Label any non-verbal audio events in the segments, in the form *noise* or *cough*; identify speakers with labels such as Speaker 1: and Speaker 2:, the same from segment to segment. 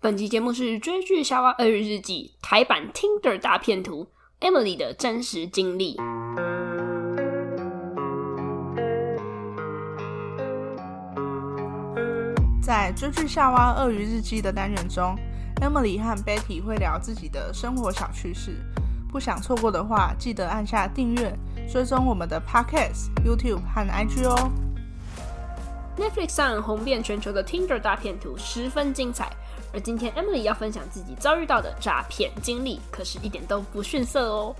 Speaker 1: 本期节目是《追剧夏娃二日记》台版 Tinder 大片图 Emily 的真实经历。
Speaker 2: 在追剧《夏娃鳄鱼日记》的单元中，Emily 和 Betty 会聊自己的生活小趣事。不想错过的话，记得按下订阅，追踪我们的 Podcast、YouTube 和 IG 哦。
Speaker 1: Netflix 上红遍全球的 Tinder 大片图十分精彩，而今天 Emily 要分享自己遭遇到的诈骗经历，可是一点都不逊色哦。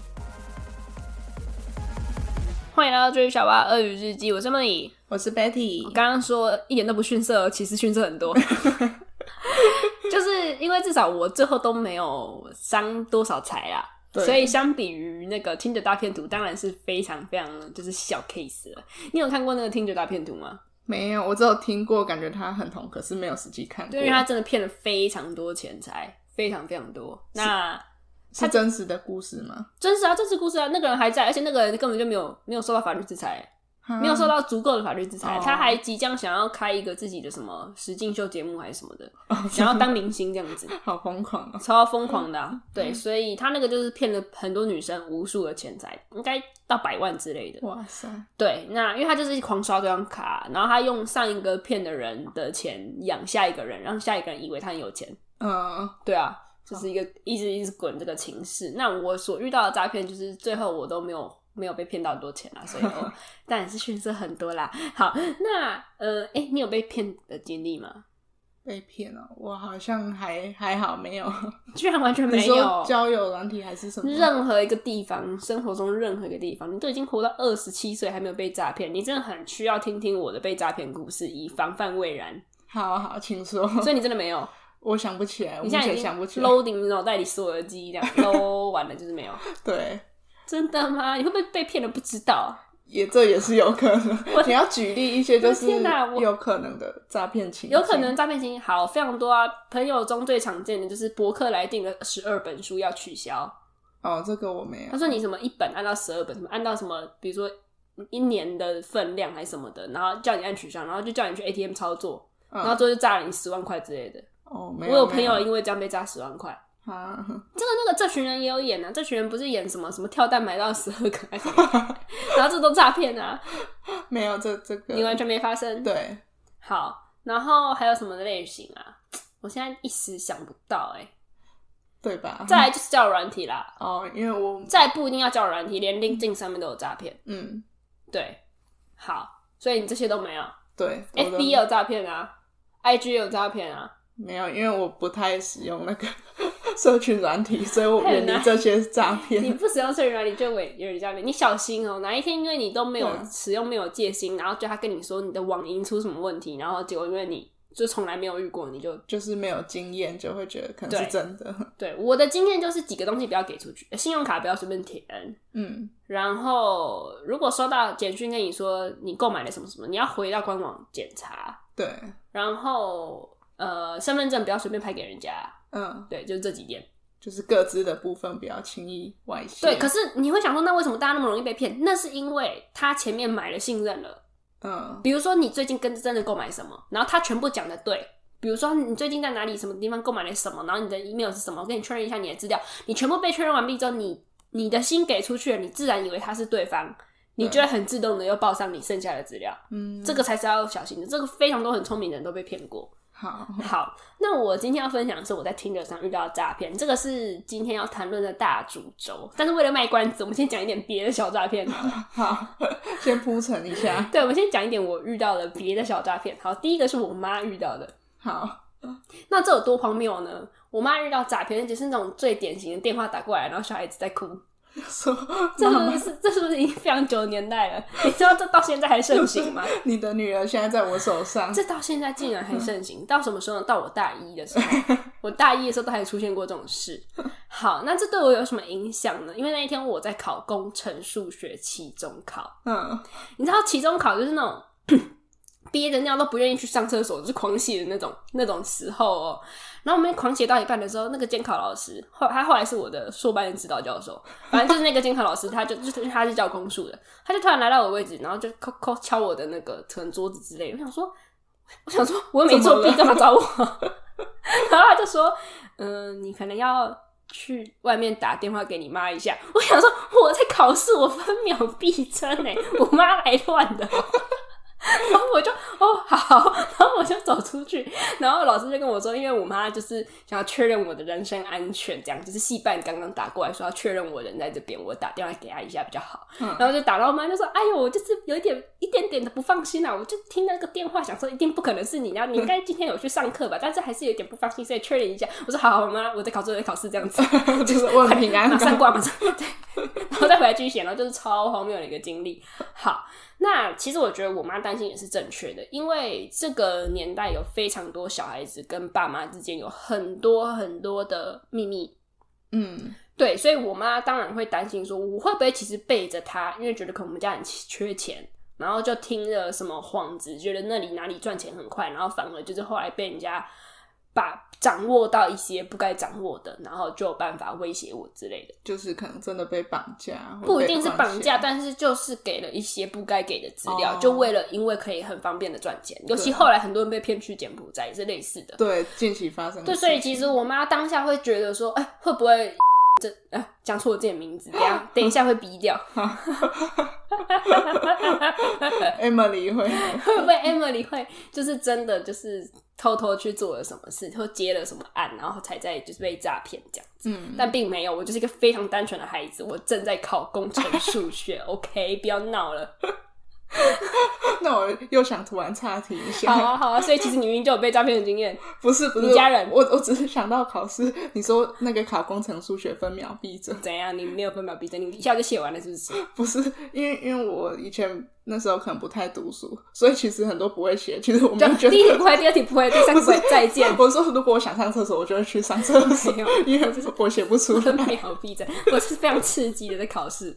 Speaker 1: 欢迎来到《追剧小蛙鳄鱼日记》，我是 Emily。
Speaker 2: 我是 Betty，
Speaker 1: 我刚刚说一点都不逊色，其实逊色
Speaker 2: *laughs*
Speaker 1: 很多，就是因为至少我最后都没有伤多少财啦。
Speaker 2: 对
Speaker 1: 所以相比于那个听着大片图，当然是非常非常就是小 case 了。你有看过那个听着大片图吗？
Speaker 2: 没有，我只有听过，感觉他很红，可是没有实际看过
Speaker 1: 对，因。为他真的骗了非常多钱财，非常非常多。那
Speaker 2: 是真实的故事吗？
Speaker 1: 真实啊，真实故事啊，那个人还在，而且那个人根本就没有没有受到法律制裁，没有受
Speaker 2: 到
Speaker 1: 到足够的法律制裁。
Speaker 2: 嗯哦
Speaker 1: 他还即将想要开一个自己的什么实境秀节目还是什么的，
Speaker 2: 哦
Speaker 1: 想要当明星这样子。
Speaker 2: 好疯狂哦！
Speaker 1: 超疯狂的啊、
Speaker 2: 嗯
Speaker 1: 对，所以他那个就是骗了很多女生无数的钱财，应该到百万之类的。
Speaker 2: 哇塞，
Speaker 1: 对，那因为他就是狂刷这张卡，然后他用上一个骗的人的钱养下一个人，让下一个人以为他很有钱。
Speaker 2: 嗯，
Speaker 1: 对啊，就是一个一直一直滚这个情势。那我所遇到的诈骗，就是最后我都没有没有被骗到很多钱啊，
Speaker 2: *laughs*
Speaker 1: 所以我当然是逊色很多啦。好，那呃，哎、你有被骗的经历吗？
Speaker 2: 被骗了，我好像还还好，没有。
Speaker 1: 居然完全
Speaker 2: 你
Speaker 1: 没有
Speaker 2: 说。交友软体还是什么？
Speaker 1: 任何一个地方，生活中任何一个地方，你都已经活到二十七岁还没有被诈骗，你真的很需要听听我的被诈骗故事，以防范未
Speaker 2: *laughs*
Speaker 1: 然。
Speaker 2: 好好，请说。
Speaker 1: 所以你真的没有，
Speaker 2: 我想不起来，我目
Speaker 1: 你现在已
Speaker 2: 前
Speaker 1: 经
Speaker 2: 想不起来。
Speaker 1: load 你脑袋里所有的记忆量，load 完了就是
Speaker 2: *laughs*
Speaker 1: 没有。
Speaker 2: 对，
Speaker 1: 真的吗？你会不会被骗了不知道？
Speaker 2: 也这也是有可
Speaker 1: *laughs*
Speaker 2: 能。你要举例一些就
Speaker 1: 我
Speaker 2: 是
Speaker 1: 的天哪我
Speaker 2: 有可能的诈骗情境，
Speaker 1: 有可能诈骗型好非常多啊。朋友中最常见的就是博客来订的十二本书要取消，
Speaker 2: 哦，这个我没有
Speaker 1: 他。说你什么一本按到十二本，什么按到什么，比如说一年的分量还是什么的，然后叫你按取消，然后就叫你去 ATM 操作，
Speaker 2: 嗯
Speaker 1: 然后最后就炸了你十万块之类的。
Speaker 2: 哦，没
Speaker 1: 我
Speaker 2: 有。
Speaker 1: 有朋友
Speaker 2: 没
Speaker 1: 因为这样被炸十万块。
Speaker 2: 有啊，
Speaker 1: 这个那个这群人也有演啊，这群人不是演什么什么跳蛋买到十二个还
Speaker 2: *laughs*
Speaker 1: 是什么，然后这都诈骗啊，
Speaker 2: 没有这这个
Speaker 1: 你完全没发生。
Speaker 2: 对，
Speaker 1: 好，然后还有什么类型啊？我现在一时想不到哎、
Speaker 2: 对吧？
Speaker 1: 再来就是交友软体啦，
Speaker 2: 哦，因为我
Speaker 1: 再不一定要交友软体，连 LinkedIn 上面都有诈骗。
Speaker 2: 嗯，
Speaker 1: 对，好，所以你这些都没有
Speaker 2: 对我
Speaker 1: ，FB
Speaker 2: 的
Speaker 1: 也哎有诈骗啊，IG 也有诈骗啊，
Speaker 2: 没有，因为我不太使用那个 *laughs* 社群软体，所以我
Speaker 1: 太
Speaker 2: 远离
Speaker 1: 难
Speaker 2: 这些诈
Speaker 1: 你
Speaker 2: 骗。
Speaker 1: 不使用社群软体就会有人诈骗，你小心哦，哪一天因为你都没有
Speaker 2: 对啊
Speaker 1: 使用、没有戒心，然后就他跟你说你的网银出什么问题，然后结果因为你就从来没有遇过，你就
Speaker 2: 就是没有经验，就会觉得可能
Speaker 1: 对
Speaker 2: 是真的。
Speaker 1: 对我的经验就是几个东西不要给出去，呃信用卡不要随便填。
Speaker 2: 嗯，
Speaker 1: 然后，如果收到简讯跟你说你购买了什么什么，你要回到官网检查。
Speaker 2: 对，
Speaker 1: 然后呃，身份证不要随便拍给人家，
Speaker 2: 嗯，
Speaker 1: 对，就是这几点。
Speaker 2: 就是各自的部分不要轻易外泄。
Speaker 1: 对，可是你会想说，那为什么大家那么容易被骗？那是因为他前面买了信任了。
Speaker 2: 嗯，
Speaker 1: 比如说你最近跟真的购买什么，然后他全部讲的对。比如说你最近在哪里什么地方购买了什么，然后你的 email 是什么，我跟你确认一下你的资料。你全部被确认完毕之后，你你的心给出去了，你自然以为他是对方，你就会很自动的又报上你剩下的资料。
Speaker 2: 嗯，
Speaker 1: 这个才是要小心的，这个非常多很聪明的人都被骗过。
Speaker 2: 好，
Speaker 1: 好，那我今天要分享的是我在 Tinder 上遇到的诈骗，这个是今天要谈论的大主轴。但是为了卖关子，我们先讲一点别的小诈骗。
Speaker 2: 好， *laughs* 先铺陈一下。
Speaker 1: 对，我们先讲一点我遇到的别的小诈骗。好，第一个是我妈遇到的，
Speaker 2: 好，
Speaker 1: 那这有多荒谬呢？我妈遇到诈骗，而且是那种最典型的电话打过来，然后小孩子在哭，
Speaker 2: 说
Speaker 1: *laughs* 这是
Speaker 2: 妈妈
Speaker 1: 不是这是不是已经非常久的年代了？你知道这到现在还盛行吗？
Speaker 2: 你的女儿现在在我手上。
Speaker 1: 这到现在竟然还盛行，到什么时候呢？到我大一的时候，我大一的时候都还出现过这种事。好，那这对我有什么影响呢？因为那一天我在考工程数学期中考，
Speaker 2: 嗯，
Speaker 1: 你知道期中考就是那种憋着尿都不愿意去上厕所，就是狂写的那种那种时候哦。然后我们狂写到一半的时候，那个监考老师，后他后来是我的硕班指导教授，反正就是那个监考老师，他就 *laughs* 就是他是教公数的，他就突然来到我位置，然后就敲敲敲我的那个可能桌子之类的。我想说，我想说，我又没作弊， *laughs*
Speaker 2: 怎么
Speaker 1: 干嘛
Speaker 2: 了
Speaker 1: 找我？然后他就说，嗯、你可能要去外面打电话给你妈一下。我想说，我在考试，我分秒必争哎、我妈来乱的哦、然后我就哦好， *laughs* 然后我就走出去，然后老师就跟我说，因为我妈就是想要确认我的人身安全，这样就是戏办刚刚打过来说要确认我人在这边，我打电话给她一下比较好。
Speaker 2: 嗯
Speaker 1: 然后就打到我妈就说，哎呦，我就是有一点一点点的不放心啊，我就听那个电话想说一定不可能是你，然后你应该今天有去上课吧，但是还是有点不放心，所以确认一下。我说好好，好妈，我在考试，我在考试这样子。
Speaker 2: *laughs* 就是问
Speaker 1: 快
Speaker 2: 平安
Speaker 1: 马上
Speaker 2: 感。
Speaker 1: 挂，马上 *laughs* 对，然后再回来继续写，然后就是超荒谬的一个经历。好，那其实我觉得我妈担心也是正确的，因为这个年代有非常多小孩子跟爸妈之间有很多很多的秘密，
Speaker 2: 嗯，
Speaker 1: 对，所以我妈当然会担心说，我会不会其实背着她，因为觉得可能我们家很缺钱，然后就听了什么幌子，觉得那里哪里赚钱很快，然后反而就是后来被人家把掌握到一些不该掌握的，然后就有办法威胁我之类的。
Speaker 2: 就是可能真的被绑架，
Speaker 1: 不
Speaker 2: 或
Speaker 1: 一
Speaker 2: 被
Speaker 1: 定是
Speaker 2: 关
Speaker 1: 绑架，
Speaker 2: 起来
Speaker 1: 但是就是给了一些不该给的资料，
Speaker 2: 哦
Speaker 1: 就为了因为可以很方便的赚钱。尤其
Speaker 2: 对
Speaker 1: 后来很多人被骗去柬埔寨也是类似的。
Speaker 2: 对近期发生的
Speaker 1: 对，
Speaker 2: 事情。
Speaker 1: 所以其实我妈当下会觉得说，哎、会不会这哎讲错我自己的名字？等一 *laughs* 下等一下会逼掉，
Speaker 2: Emily 会
Speaker 1: 会不会 Emily 会就是真的就是偷偷去做了什么事，或接了什么案，然后才在就是被诈骗这样？ *laughs*
Speaker 2: 嗯，
Speaker 1: 但并没有，我就是一个非常单纯的孩子，我正在考工程数学 *laughs* ，OK，不要闹了。
Speaker 2: 那我又想突然岔题一
Speaker 1: 好
Speaker 2: 下，
Speaker 1: 啊，好啊， *laughs* 所以其实你明明就有被诈骗的经验，
Speaker 2: 不是不是
Speaker 1: 你家人
Speaker 2: 我我只是想到考试，你说那个考工程数学分秒必争，
Speaker 1: 怎样？你没有分秒必争，你一下就写完了，是不是？
Speaker 2: 不是因为因为我以前那时候可能不太读书，所以其实很多不会写，其实我
Speaker 1: 就
Speaker 2: 们觉
Speaker 1: 第一题
Speaker 2: 得
Speaker 1: 不会，第二题不会，第三题不会，再见。
Speaker 2: 我说如果我想上厕所，我就会去上厕所
Speaker 1: 没有，
Speaker 2: 因为我写
Speaker 1: *laughs*
Speaker 2: 不出
Speaker 1: 分
Speaker 2: 来。
Speaker 1: 秒必争，我是非常刺激的在考试，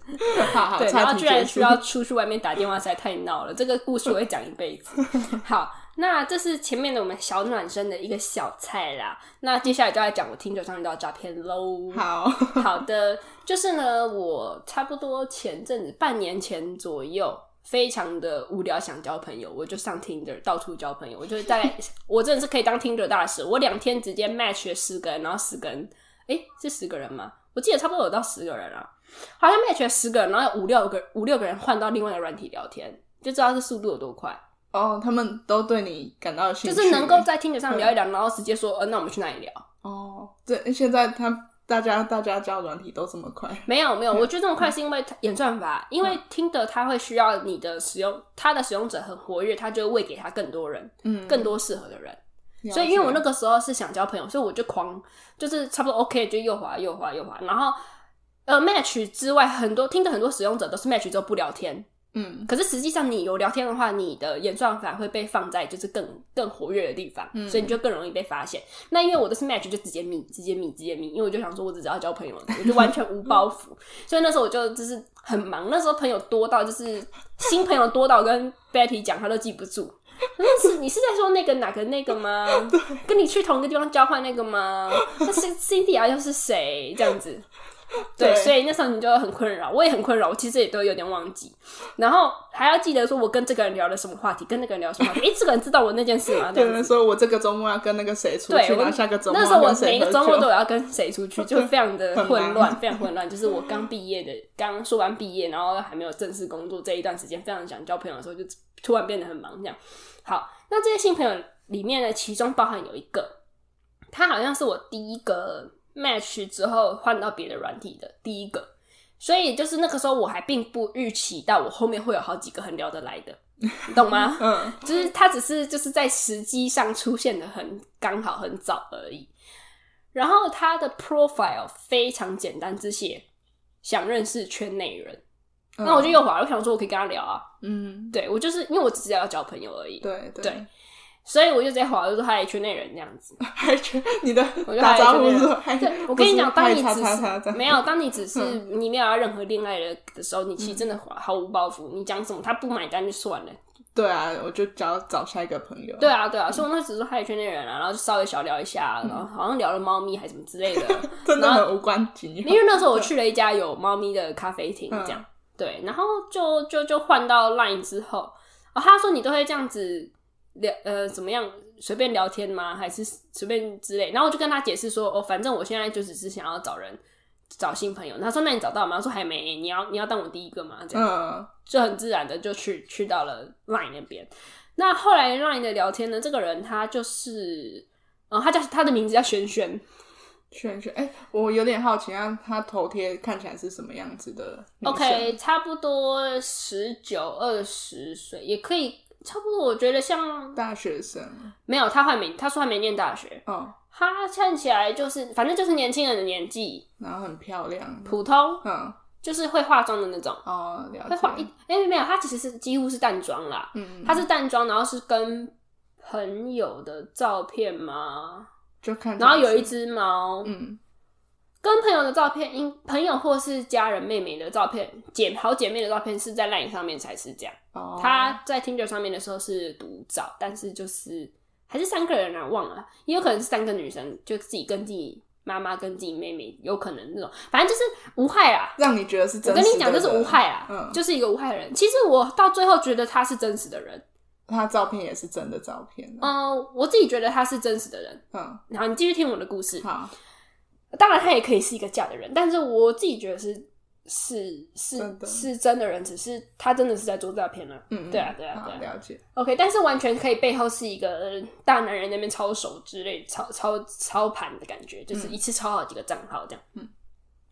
Speaker 2: 好 *laughs* 好，
Speaker 1: 对，然
Speaker 2: 差
Speaker 1: 后
Speaker 2: 题
Speaker 1: 居
Speaker 2: 结
Speaker 1: 然
Speaker 2: 束 *laughs*
Speaker 1: 需。要出去外面打电话，实在太闹了。这个故事我会讲一辈子。 *laughs* 好，那这是前面的我们小暖身的一个小菜啦。那接下来就来讲我听酒上遇到的诈骗喽。
Speaker 2: 好，
Speaker 1: 好的，就是呢，我差不多前阵子半年前左右，非常的无聊，想交朋友，我就上 Tinder 到处交朋友。我就是大概，我真的是可以当 Tinder 大使，我两天直接 match 了十个人，然后十个人，诶、是十个人吗？我记得差不多有到十个人啊，好像 match 了十个人，然后有五六个五六个人换到另外一个软体聊天，就知道这速度有多快。
Speaker 2: 哦，他们都对你感到有兴
Speaker 1: 就
Speaker 2: 趣，
Speaker 1: 是能够在 Tinder 上聊一聊，然后直接说，呃，那我们去哪里聊？
Speaker 2: 哦，对，现在他大家大家教软体都这么快，
Speaker 1: 没有没
Speaker 2: 嗯
Speaker 1: 有，我觉得这么快是因为它演算法，因为听的它会需要你的使用，它的使用者很活跃，它就会喂给他更多人，
Speaker 2: 嗯，
Speaker 1: 更多适合的人。
Speaker 2: 了
Speaker 1: 所以因为我那
Speaker 2: 解
Speaker 1: 个时候是想交朋友，所以我就狂就是差不多 OK 就右滑右滑右滑，然后呃 match 之外，很多听的很多使用者都是 match 之后不聊天，
Speaker 2: 嗯
Speaker 1: 可是实际上你有聊天的话，你的演算法会被放在就是更更活跃的地方，
Speaker 2: 嗯
Speaker 1: 所以你就更容易被发现。那因为我的是 match 就直接密，直接密，直接密，因为我就想说我只是要交朋友，我就完全
Speaker 2: 嗯
Speaker 1: 无包袱。所以那时候我就就是很忙，那时候朋友多到就是新朋友多到跟 Betty 讲他都记不住。那是你是在说那个哪个那个
Speaker 2: *laughs*
Speaker 1: 吗？跟你去同一个地方交换那个吗？那是 Cindy 啊，又是谁？这样子，对，
Speaker 2: 对
Speaker 1: 所以那时候你就很困扰，我也很困扰，我其实也都有点忘记。然后还要记得说，我跟这个人聊了什么话题，跟那个人聊什么话题。诶，这个人知道我那件事吗？这
Speaker 2: 对，
Speaker 1: 样
Speaker 2: 人
Speaker 1: 子。
Speaker 2: 说我这个周末要跟那个谁出去，
Speaker 1: 对，
Speaker 2: 然
Speaker 1: 我
Speaker 2: 后下个周末
Speaker 1: 那时候我
Speaker 2: 跟
Speaker 1: 每
Speaker 2: 谁
Speaker 1: 一个
Speaker 2: 喝
Speaker 1: 周末
Speaker 2: 酒
Speaker 1: 都有要跟谁出
Speaker 2: *laughs*
Speaker 1: 去，就非常的
Speaker 2: 很忙
Speaker 1: 混乱，非常混乱。就是我刚毕业的，刚说完毕业，然后还没有正式工作这一段时间，非常想交朋友的时候，就突然变得很忙这样。好，那这些新朋友里面呢，其中包含有一个，他好像是我第一个 match 之后换到别的软体的第一个，所以就是那个时候我还并不预期到我后面会有好几个很聊得来的，你懂吗？
Speaker 2: 嗯，
Speaker 1: 就是他只是就是在时机上出现的很刚好很早而已。然后他的 profile 非常简单，只写想认识圈内人。那我就又滑，我想说我可以跟他聊啊。
Speaker 2: 嗯，
Speaker 1: 对我就是因为我只是要交朋友而已，
Speaker 2: 对对
Speaker 1: 对，所以我就直接滑，我就说他也圈内人这样子。
Speaker 2: 还觉得你的
Speaker 1: 我就
Speaker 2: 打招呼
Speaker 1: 是
Speaker 2: 是还
Speaker 1: 对，我
Speaker 2: 不
Speaker 1: 跟你
Speaker 2: 是
Speaker 1: 讲，当
Speaker 2: 还
Speaker 1: 你
Speaker 2: 叉
Speaker 1: 只
Speaker 2: 叉叉这
Speaker 1: 是
Speaker 2: 样嗯
Speaker 1: 没有，当你只是你没有要任何恋爱的的时候，你其实真的滑毫无包袱，你讲什么他不买单就算了，
Speaker 2: 对啊，我就只要找下一个朋友，
Speaker 1: 对啊，对啊，所以我那时候还有圈内人啊，然后就稍微小聊一下，然后好像聊了猫咪还是什么之类的。
Speaker 2: 真的
Speaker 1: 然后
Speaker 2: 很无关紧
Speaker 1: 因
Speaker 2: 要，
Speaker 1: 为那时候我去了一家有猫咪的咖啡厅，这样、对，然后就就就换到 Line 之后，哦，他说你都会这样子聊呃怎么样随便聊天吗？还是随便之类？然后我就跟他解释说，哦，反正我现在就只是想要找人找新朋友。他说，那你找到吗？他说还没，你要你要当我第一个吗？这样、
Speaker 2: 嗯，
Speaker 1: 就很自然的就去去到了 LINE 那边。那后来 LINE 的聊天呢，这个人他就是，嗯，他叫他的名字叫轩轩，
Speaker 2: 萱萱，哎、我有点好奇，那他头贴看起来是什么样子的女生
Speaker 1: OK，差不多十九二十岁也可以，差不多。我觉得像
Speaker 2: 大学生，
Speaker 1: 没有他还没，他说还没念大学，
Speaker 2: 哦，
Speaker 1: 他看起来就是反正就是年轻人的年纪，
Speaker 2: 然后很漂亮，
Speaker 1: 普通
Speaker 2: 嗯，
Speaker 1: 就是会化妆的那种，
Speaker 2: 哦，了
Speaker 1: 会化一
Speaker 2: 解，
Speaker 1: 哎、没有，他其实是几乎是淡妆啦，
Speaker 2: 嗯，
Speaker 1: 他是淡妆，然后是跟朋友的照片吗？
Speaker 2: 就看起来
Speaker 1: 然
Speaker 2: 是，
Speaker 1: 后有一只猫，
Speaker 2: 嗯，
Speaker 1: 跟朋友的照片，因朋友或是家人、妹妹的照片、姐好姐妹的照片是在 LINE 上面才是这样。
Speaker 2: 哦，
Speaker 1: 他在 Tinder 上面的时候是独找，但是就是还是三个人啊，忘了，也有可能是三个女生，就自己跟自己妈妈跟自己妹妹，有可能那种，反正就是无害啦。
Speaker 2: 让你觉得是
Speaker 1: 我
Speaker 2: 真实
Speaker 1: 跟
Speaker 2: 的人，
Speaker 1: 你讲，就是无害啦，
Speaker 2: 嗯
Speaker 1: 就是一个无害人。其实我到最后觉得他是真实的人，
Speaker 2: 他照片也是真的照片啊，
Speaker 1: 嗯、我自己觉得他是真实的人。
Speaker 2: 嗯，
Speaker 1: 然后你继续听我的故事。
Speaker 2: 好，
Speaker 1: 当然，他也可以是一个假的人，但是我自己觉得是是是
Speaker 2: 真的
Speaker 1: 是真的人，只是他真的是在做诈骗了。
Speaker 2: 嗯，
Speaker 1: 对啊对啊
Speaker 2: 好
Speaker 1: 对啊
Speaker 2: 了解，
Speaker 1: OK，但是完全可以背后是一个呃大男人那边操手之类操操操盘的感觉，就是一次操好几个账号这样。
Speaker 2: 嗯，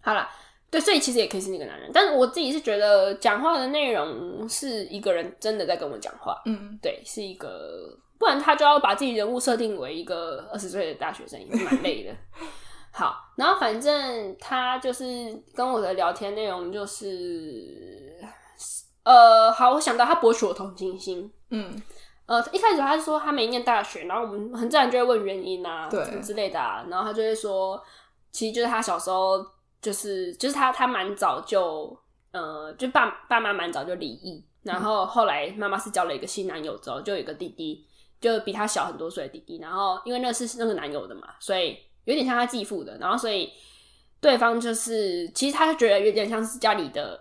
Speaker 1: 好啦，对，所以其实也可以是那个男人，但是我自己是觉得讲话的内容是一个人真的在跟我讲话，
Speaker 2: 嗯，
Speaker 1: 对，是一个，不然他就要把自己人物设定为一个二十岁的大学生，也是蛮累的。好，然后反正他就是跟我的聊天内容就是，呃，好，我想到他博取我同情心。
Speaker 2: 嗯，
Speaker 1: 呃，一开始他就说他没念大学，然后我们很自然就会问原因啊，
Speaker 2: 对
Speaker 1: 什么之类的啊，然后他就会说，其实就是他小时候就是就是他他蛮早就呃，就爸爸妈蛮早就离异，然后后来妈妈是交了一个新男友之后，就有一个弟弟，就比他小很多岁的弟弟，然后因为那是那个男友的嘛，所以有点像他继父的，然后所以对方就是其实他就觉得有点像是家里的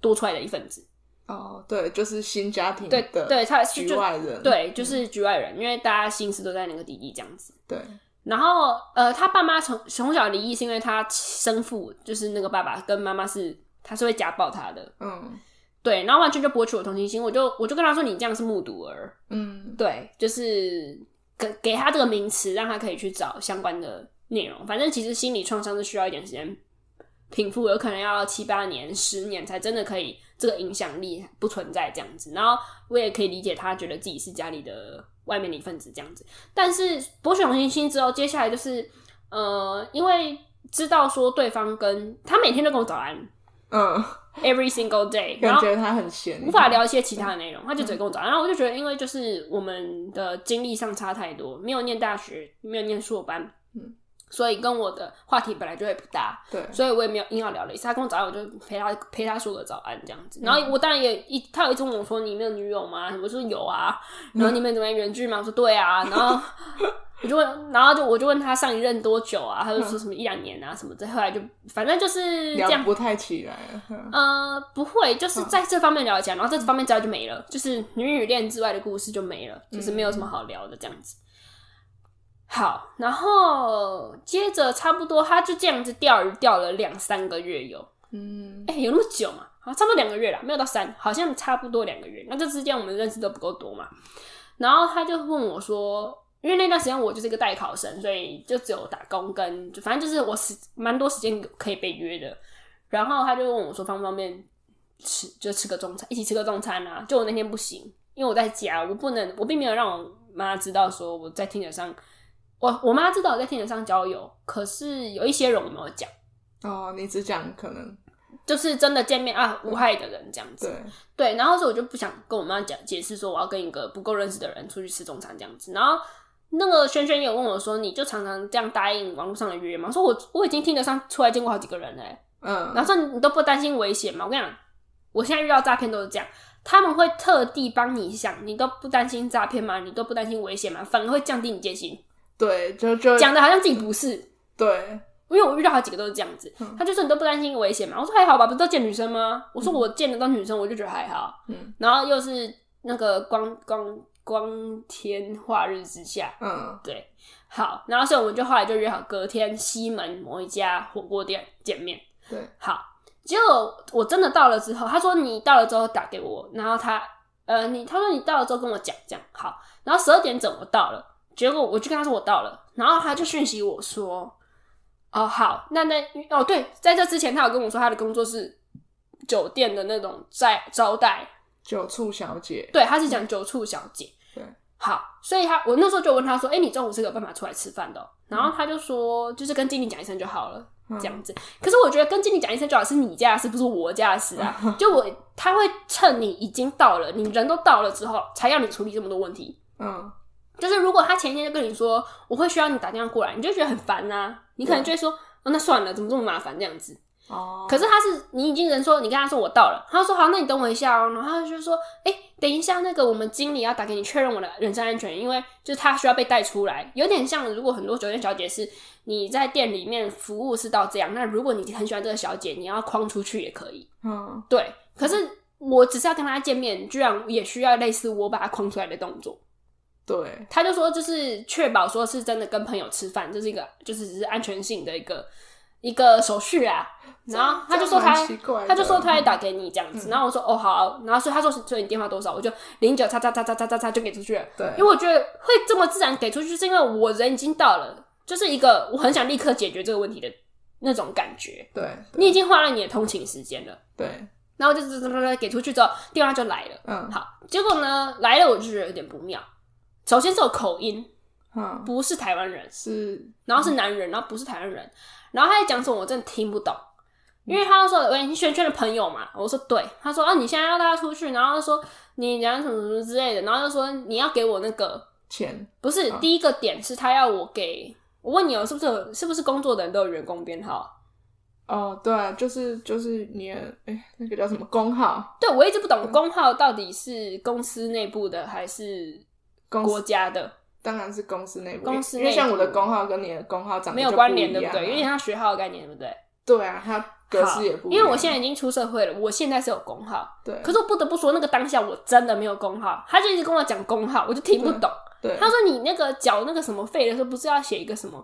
Speaker 1: 多出来的一份子，
Speaker 2: 哦，对，就是新家庭
Speaker 1: 对
Speaker 2: 的
Speaker 1: 对，他就
Speaker 2: 局外人，
Speaker 1: 对，就是局外人，因为大家心思都在那个弟弟这样子。
Speaker 2: 对，
Speaker 1: 然后呃，他爸妈从从小离异是因为他生父就是那个爸爸跟妈妈是他是会家暴他的，
Speaker 2: 嗯
Speaker 1: 对，然后完全就博取我同情心，我就我就跟他说你这样是目睹儿，
Speaker 2: 嗯，
Speaker 1: 对，就是给给他这个名词，让他可以去找相关的内容。反正其实心理创伤是需要一点时间平复，有可能要七八年、十年才真的可以这个影响力不存在这样子。然后我也可以理解他觉得自己是家里的外面的一份子这样子。但是博取同情心之后，接下来就是呃，因为知道说对方跟他每天都跟我早安
Speaker 2: 嗯，
Speaker 1: ，every single day，然
Speaker 2: 感
Speaker 1: 后
Speaker 2: 觉他很闲，
Speaker 1: 无法聊一些其他的内容，他就只跟我找。然后我就觉得，因为就是我们的经历上差太多，没有念大学，没有念硕班，
Speaker 2: 嗯，
Speaker 1: 所以跟我的话题本来就会不搭，
Speaker 2: 对，
Speaker 1: 所以我也没有硬要聊了一次。他跟我早安，我就陪他陪他说个早安这样子。然后我当然也一，他有一直问我说：“你没有女友吗？”我说：“有啊。”然后你们怎么远距吗？我说：“对啊。”然后我就问，然后就我就问他上一任多久啊？他就说什么一两年啊什么的。后来就反正就是这样
Speaker 2: 聊不太起来，嗯
Speaker 1: 呃，不会，就是在这方面聊一下，然后在这方面之外就没了，就是女女恋之外的故事就没了，就是没有什么好聊的这样子。好，然后接着差不多他就这样子钓鱼钓了两三个月有，
Speaker 2: 嗯，
Speaker 1: 哎、有那么久嘛？好，差不多两个月啦，没有到三，好像差不多两个月。那这之间我们认识都不够多嘛。然后他就问我说，因为那段时间我就是一个代考生，所以就只有打工跟，就反正就是我时蛮多时间可以被约的。然后他就问我说，方不方便吃，就吃个中餐，一起吃个中餐啊？就我那天不行，因为我在家，我不能，我并没有让我妈知道说我在听诊上，我我妈知道我在听诊上交友，可是有一些人我没有讲。
Speaker 2: 哦，你只讲可能
Speaker 1: 就是真的见面啊，无害的人这样子。
Speaker 2: 对，
Speaker 1: 对，然后所以我就不想跟我妈讲解释说我要跟一个不够认识的人出去吃中餐这样子。然后那个轩轩也有问我说，你就常常这样答应网络上的约吗？我说我我已经听得上出来见过好几个人了欸、
Speaker 2: 嗯，
Speaker 1: 然后说你都不担心危险吗？我跟你讲，我现在遇到诈骗都是这样，他们会特地帮你想，你都不担心诈骗吗？你都不担心危险吗？反而会降低你戒心，
Speaker 2: 对，就就
Speaker 1: 讲的好像自己不是。
Speaker 2: 对，
Speaker 1: 因为我遇到好几个都是这样子
Speaker 2: 嗯，
Speaker 1: 他就说你都不担心危险嘛？我说还好吧，不是都见女生吗？我说我见得到女生，我就觉得还好。
Speaker 2: 嗯
Speaker 1: 然后又是那个光光光天化日之下，
Speaker 2: 嗯，
Speaker 1: 对，好，然后所以我们就后来就约好隔天西门某一家火锅店见面。
Speaker 2: 对，
Speaker 1: 好，结果我真的到了之后，他说你到了之后打给我，然后他呃你他说你到了之后跟我讲这样好，然后十二点整我到了，结果我就跟他说我到了，然后他就讯息我说哦好，那那哦对，在这之前他有跟我说他的工作是酒店的那种在招待，
Speaker 2: 酒醋小姐，
Speaker 1: 对，他是讲酒醋小姐。
Speaker 2: 对，
Speaker 1: 好，所以他我那时候就问他说：“哎、你中午是有办法出来吃饭的哦、然后他就说：“就是跟经理讲一声就好了，
Speaker 2: 嗯
Speaker 1: 这样子。”可是我觉得跟经理讲一声就好是你家的事，不是我家的事啊。就我他会趁你已经到了，你人都到了之后，才要你处理这么多问题。
Speaker 2: 嗯，
Speaker 1: 就是如果他前一天就跟你说我会需要你打电话过来，你就觉得很烦呐、你可能就会说：“哦，那算了，怎么这么麻烦这样子。”
Speaker 2: 哦，
Speaker 1: 可是他是你已经人说，你跟他说我到了，他说好，那你等我一下哦。然后他就说，哎、等一下，那个我们经理要打给你确认我的人身安全，因为就是他需要被带出来，有点像如果很多酒店小姐是你在店里面服务是到这样，那如果你很喜欢这个小姐，你要框出去也可以。
Speaker 2: 嗯，
Speaker 1: 对，可是我只是要跟他见面，居然也需要类似我把他框出来的动作。
Speaker 2: 对，
Speaker 1: 他就说，就是确保说是真的跟朋友吃饭，这是一个就是只是安全性的一个一个手续啊。然后他就说他
Speaker 2: 这样蛮奇怪的
Speaker 1: 他就说他会打给你这样子，
Speaker 2: 嗯
Speaker 1: 然后我说哦好啊、然后所以他说所以你电话多少，我就零九叉叉叉叉叉叉叉就给出去了，
Speaker 2: 对，
Speaker 1: 因为我觉得会这么自然给出去，是因为我人已经到了，就是一个我很想立刻解决这个问题的那种感觉。
Speaker 2: 对
Speaker 1: 你已经花了你的通勤时间了，
Speaker 2: 对，
Speaker 1: 然后就就就给出去之后，电话就来了。
Speaker 2: 嗯
Speaker 1: 好，结果呢来了，我就觉得有点不妙。首先是有口音，
Speaker 2: 嗯，
Speaker 1: 不是台湾人，
Speaker 2: 是
Speaker 1: 然后是男人，然后不是台湾人，然后他在讲什么我真的听不懂，因为他就说喂，你圈圈的朋友嘛，我说对，他说啊你现在要带他出去，然后说你讲什么什么之类的，然后就说你要给我那个
Speaker 2: 钱，
Speaker 1: 不是、
Speaker 2: 嗯
Speaker 1: 第一个点是他要我给我问你哦，是不是有是不是工作的人都有员工编号啊？
Speaker 2: 哦，对啊，就是就是你的，哎，那个叫什么工号？
Speaker 1: 对我一直不
Speaker 2: 嗯
Speaker 1: 懂工号到底是公司内部的还是
Speaker 2: 公
Speaker 1: 国
Speaker 2: 司
Speaker 1: 家的，
Speaker 2: 当然是公司内部，
Speaker 1: 公司
Speaker 2: 因为
Speaker 1: 内
Speaker 2: 像我的
Speaker 1: 部
Speaker 2: 工号跟你的工号长得
Speaker 1: 没有
Speaker 2: 啊就
Speaker 1: 关联
Speaker 2: 一
Speaker 1: 对不
Speaker 2: 样
Speaker 1: 对？有
Speaker 2: 啊
Speaker 1: 点像学号的概念对不对？
Speaker 2: 对啊，它格
Speaker 1: 好
Speaker 2: 式也不一样，
Speaker 1: 因为我现在已经出社会了，我现在是有工号。
Speaker 2: 对，
Speaker 1: 可是我不得不说，那个当下我真的没有工号，他就一直跟我讲工号，我就听不懂。
Speaker 2: 对
Speaker 1: 他说你那个缴那个什么费的时候，不是要写一个什么？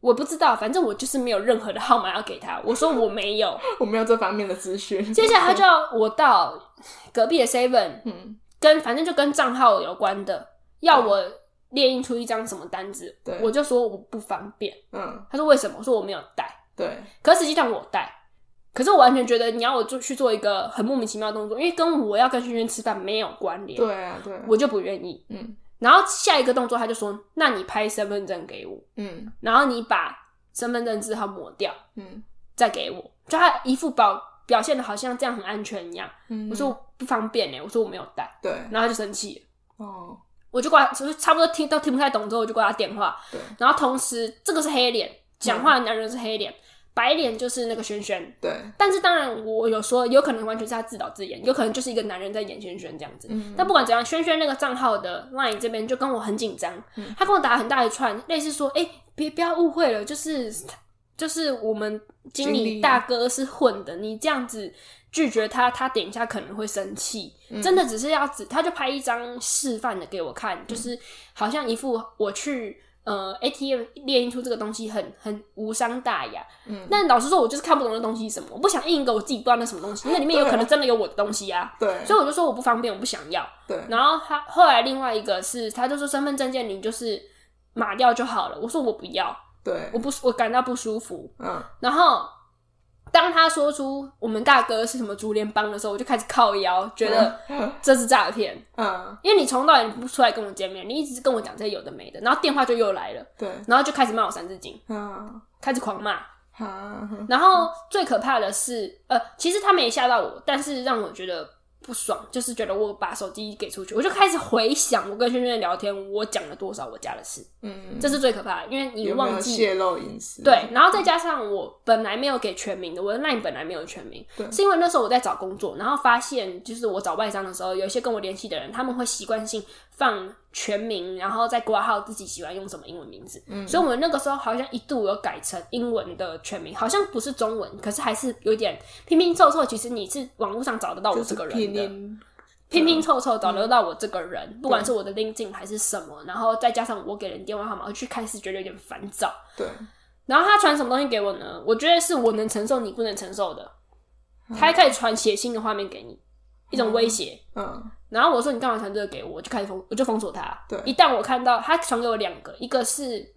Speaker 1: 我不知道，反正我就是没有任何的号码要给他。我说我没有。
Speaker 2: 我没有这方面的资讯，
Speaker 1: 接下来他就要我到隔壁的 Seven，
Speaker 2: *laughs* 嗯，
Speaker 1: 跟反正就跟账号有关的，要我列印出一张什么单子
Speaker 2: 对，
Speaker 1: 我就说我不方便。
Speaker 2: 嗯，
Speaker 1: 他说为什么？我说我没有带。
Speaker 2: 对，
Speaker 1: 可实际上我带，可是我完全觉得你要我做去做一个很莫名其妙的动作，因为跟我要跟轩轩吃饭没有关联，
Speaker 2: 对啊，对啊，
Speaker 1: 我就不愿意。
Speaker 2: 嗯
Speaker 1: 然后下一个动作他就说：“那你拍身份证给我，
Speaker 2: 嗯
Speaker 1: 然后你把身份证字号抹掉，
Speaker 2: 嗯
Speaker 1: 再给我。”就他一副表表现的好像这样很安全一样。
Speaker 2: 嗯，
Speaker 1: 我说我不方便呢、欸我说我没有带，
Speaker 2: 对，
Speaker 1: 然后他就生气了。
Speaker 2: 哦，
Speaker 1: 我就挂，就是差不多听都听不太懂之后，我就挂他电话。
Speaker 2: 对，
Speaker 1: 然后同时，这个是黑脸，讲话的男人是黑脸，白脸就是那个轩轩。
Speaker 2: 对，
Speaker 1: 但是当然，我有说有可能完全是他自导自演，有可能就是一个男人在演轩轩这样子。
Speaker 2: 嗯，
Speaker 1: 但不管怎样，轩轩那个账号的 LINE 这边就跟我很紧张，
Speaker 2: 嗯
Speaker 1: 他跟我打很大一串，类似说：“哎、别不要误会了，就是就是我们经
Speaker 2: 经
Speaker 1: 理
Speaker 2: 理
Speaker 1: 大哥是混的，你这样子拒绝他，他等一下可能会生气。
Speaker 2: 嗯
Speaker 1: 真的只是要指，他就拍一张示范的给我看，就是好像一副我去。”呃，ATM 列印出这个东西很很无伤大雅，
Speaker 2: 嗯，
Speaker 1: 但老实说，我就是看不懂那东西是什么，我不想印一个我自己不知道那什么东西，那里
Speaker 2: 啊
Speaker 1: 面有可能真的有我的东西啊，
Speaker 2: 对
Speaker 1: 所以我就说我不方便，我不想要。
Speaker 2: 对，
Speaker 1: 然后他后来另外一个是，他就说身份证件你就是码掉就好了。我说我不要，
Speaker 2: 对
Speaker 1: 我，不我感到不舒服。
Speaker 2: 嗯，
Speaker 1: 然后当他说出我们大哥是什么竹联帮的时候，我就开始靠腰，觉得
Speaker 2: 嗯
Speaker 1: 这是诈骗，
Speaker 2: 嗯，
Speaker 1: 因为你从头到尾不出来跟我见面，你一直跟我讲这些有的没的，然后电话就又来了，
Speaker 2: 对，
Speaker 1: 然后就开始骂我三字经，
Speaker 2: 嗯，
Speaker 1: 开始狂骂。
Speaker 2: 哈，嗯
Speaker 1: 然后最可怕的是，呃，其实他没吓到我，但是让我觉得不爽，就是觉得我把手机给出去，我就开始回想我跟轩轩的聊天，我讲了多少我家的事，
Speaker 2: 嗯，
Speaker 1: 这是最可怕的，因为你
Speaker 2: 有没
Speaker 1: 忘
Speaker 2: 有嗯
Speaker 1: 记。
Speaker 2: 泄露隐私？
Speaker 1: 对，，然后再加上我本来没有给全名的，我的 LINE 本来没有全名
Speaker 2: 对，
Speaker 1: 是因为那时候我在找工作，然后发现就是我找外商的时候，有一些跟我联系的人，他们会习惯性放全名，然后再挂号自己喜欢用什么英文名字，
Speaker 2: 嗯，
Speaker 1: 所以我们那个时候好像一度有改成英文的全名，好像不是中文，可是还是有点拼拼凑凑。其实你是网络上找得到我
Speaker 2: 就
Speaker 1: 这
Speaker 2: 是
Speaker 1: 个人
Speaker 2: 拼
Speaker 1: 的，
Speaker 2: 音
Speaker 1: 拼拼凑凑找得到我这个人，不管是我的 LinkedIn 还是什么，然后再加上我给人电话号码，我去开始觉得有点烦躁。
Speaker 2: 对，
Speaker 1: 然后他传什么东西给我呢？我觉得是我能承受，你不能承受的。他还开始传写信的画面给你，一种威胁。
Speaker 2: 嗯，
Speaker 1: 然后我说你干嘛传这个给我？我就开始封，我就封锁他。
Speaker 2: *laughs* 对
Speaker 1: 一旦我看到他传给我两个，一个是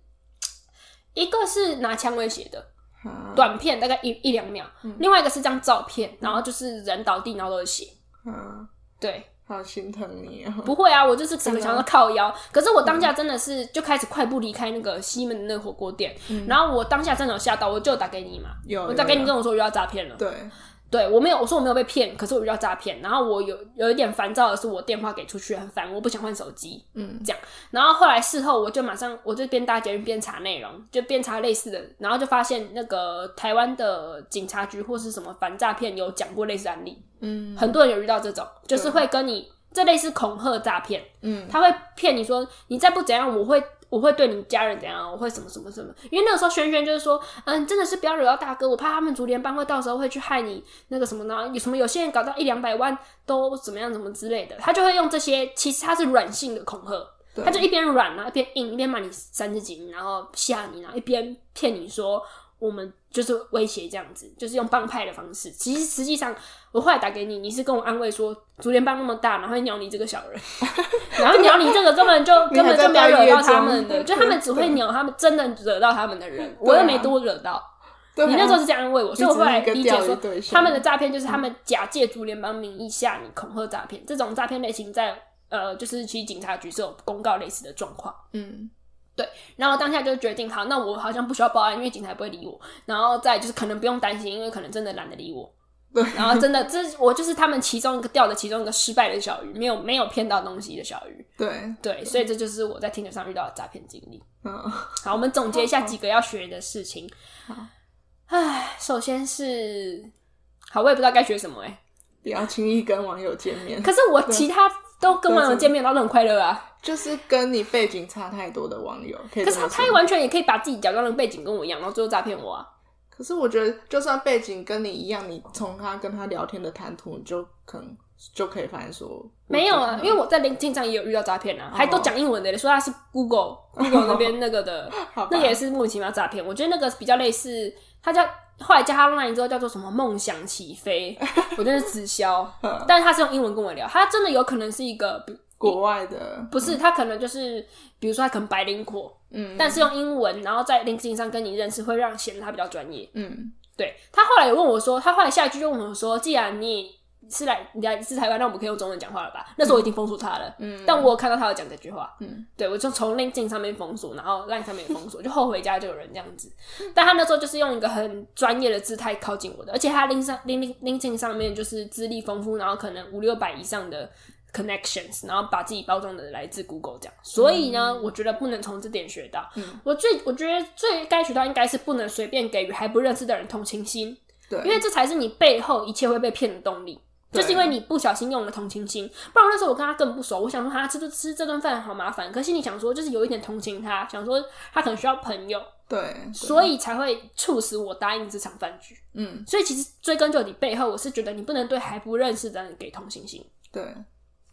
Speaker 1: 一个是拿枪威胁的
Speaker 2: 嗯，
Speaker 1: 短片，大概一一两秒，
Speaker 2: 嗯
Speaker 1: 另外一个是张照片，然后就是人倒地，然后都是血。
Speaker 2: 嗯，
Speaker 1: 对，
Speaker 2: 好心疼你哦。
Speaker 1: 不会啊，我就是整个
Speaker 2: 真的
Speaker 1: 想要靠腰。可是我当
Speaker 2: 嗯
Speaker 1: 下真的是就开始快步离开那个西门的那个火锅店，然后我当下真的有吓到，我就打给你嘛，
Speaker 2: 有
Speaker 1: 我
Speaker 2: 有
Speaker 1: 打给你
Speaker 2: 嗯哦有
Speaker 1: 跟我说遇到诈骗了。
Speaker 2: 对，
Speaker 1: 对我没有，我说我没有被骗，可是我遇到诈骗。然后我有有一点烦躁的是，我电话给出去很烦，我不想换手机。
Speaker 2: 嗯，
Speaker 1: 然后后来事后我就马上我就边搭捷运边查内容，就边查类似的，然后就发现那个台湾的警察局或是什么反诈骗有讲过类似案例，
Speaker 2: 嗯，
Speaker 1: 很多人有遇到这种，就是
Speaker 2: 对
Speaker 1: 会跟你这类似恐吓诈骗，
Speaker 2: 嗯，
Speaker 1: 他会骗你说你再不怎样，我会我会对你家人怎样，我会什么什么什么。因为那个时候轩轩就是说，嗯，真的是不要惹到大哥，我怕他们竹联帮会到时候会去害你那个什么呢？然后有什么有些人搞到一两百万都怎么样怎么之类的，他就会用这些，其实他是软性的恐吓。
Speaker 2: 对
Speaker 1: 他就一边软然后一边硬，一边把你三字经，然后吓你，然后一边骗你说我们就是威胁这样子，就是用帮派的方式。其实实际上，我后来打给你，你是跟我安慰说，竹联帮那么大，然后会鸟你这个小人， *laughs* 然后鸟你这个根本就
Speaker 2: *laughs* 你
Speaker 1: 根
Speaker 2: 还
Speaker 1: 本
Speaker 2: 在
Speaker 1: 就没有
Speaker 2: 半
Speaker 1: 惹
Speaker 2: 夜
Speaker 1: 到他
Speaker 2: 中 *laughs*
Speaker 1: 们的，就他们只会鸟他们真的惹到他们的人，我
Speaker 2: 对啊
Speaker 1: 又没多惹到。
Speaker 2: 对啊，
Speaker 1: 你那时候是这样安慰我，所以我后来
Speaker 2: 你只是
Speaker 1: 理
Speaker 2: 一个
Speaker 1: 解
Speaker 2: 钓鱼
Speaker 1: 说
Speaker 2: 对，象嗯
Speaker 1: 他们的诈骗就是他们假借竹联帮名义下你恐吓诈骗，这种诈骗类型在呃，就是其实警察局是有公告类似的状况。
Speaker 2: 嗯，
Speaker 1: 然后我当下就决定，好，那我好像不需要报案，因为警察也不会理我。然后再就是可能不用担心，因为可能真的懒得理我。
Speaker 2: 对
Speaker 1: 然后真
Speaker 2: *laughs*
Speaker 1: 的，这我就是他们其中一个钓的其中一个失败的小鱼，没有没有骗到东西的小鱼。
Speaker 2: 对，
Speaker 1: 对，所以这就是我在听觉上遇到的诈骗经历。
Speaker 2: 嗯，
Speaker 1: 好，我们总结一下几个要学的事情
Speaker 2: 好。
Speaker 1: 唉，首先是，好，我也不知道该学什么哎、
Speaker 2: 不要轻易跟网友见面，
Speaker 1: 可是我其他都跟网友见面，然后都很快乐啊。
Speaker 2: 就是跟你背景差太多的网友，可
Speaker 1: 可
Speaker 2: 以这
Speaker 1: 是
Speaker 2: 么
Speaker 1: 他他
Speaker 2: 说
Speaker 1: 完全也可以把自己假装的背景跟我一样，然后最后诈骗我啊。
Speaker 2: 可是我觉得，就算背景跟你一样，你从他跟他聊天的谈吐，你就可能就可以发现说，
Speaker 1: 没有啊，因为
Speaker 2: 为
Speaker 1: 我在 LinkedIn 上也有遇到诈骗啊，还都讲英文的嘞，说他是 Google Google 那边那个 *laughs* 的
Speaker 2: 好吧，
Speaker 1: 那个也是莫名其妙诈骗。我觉得那个比较类似，他叫后来加他 Line 之后叫做什么梦想起飞，我真是直 *laughs* 销。但是他是用英文跟我聊，他真的有可能是一个比
Speaker 2: 国外的，
Speaker 1: 不是他可能就是比如说他可能白领阔，
Speaker 2: 嗯，
Speaker 1: 但是用英文，然后在 LinkedIn 上跟你认识，会让显得他比较专业。
Speaker 2: 嗯，
Speaker 1: 对他后来也问我说，他后来下一句就问我说，既然你是来你来自台湾，那我们可以用中文讲话了吧？那时候我已经封锁他了，
Speaker 2: 嗯
Speaker 1: 但我有看到他有讲这句话，
Speaker 2: 嗯，
Speaker 1: 对我就从 LinkedIn 上面封锁，然后 Line 上面也封锁，就 *laughs* 后悔加这个人这样子。但他那时候就是用一个很专业的姿态靠近我的，而且他 Lin 上 Lin LinkedIn 上面就是资历丰富，然后可能五六百以上的 connections，然后把自己包装的来自 Google 这样。所以呢，我觉得不能从这点学到。
Speaker 2: 嗯
Speaker 1: 我最我觉得最该学到应该是不能随便给予还不认识的人同情心。
Speaker 2: 对，
Speaker 1: 因为这才是你背后一切会被骗的动力，
Speaker 2: 对
Speaker 1: 就是因为你不小心用了同情心。不然那时候我跟他更不熟，我想说啊他吃这吃这顿饭好麻烦，可心里想说就是有一点同情他，想说他可能需要朋友，
Speaker 2: 对，
Speaker 1: 所
Speaker 2: 以
Speaker 1: 以才会促使我答应这场饭局。
Speaker 2: 嗯，
Speaker 1: 所以其实追根究底，背后我是觉得你不能对还不认识的人给同情心。
Speaker 2: 对，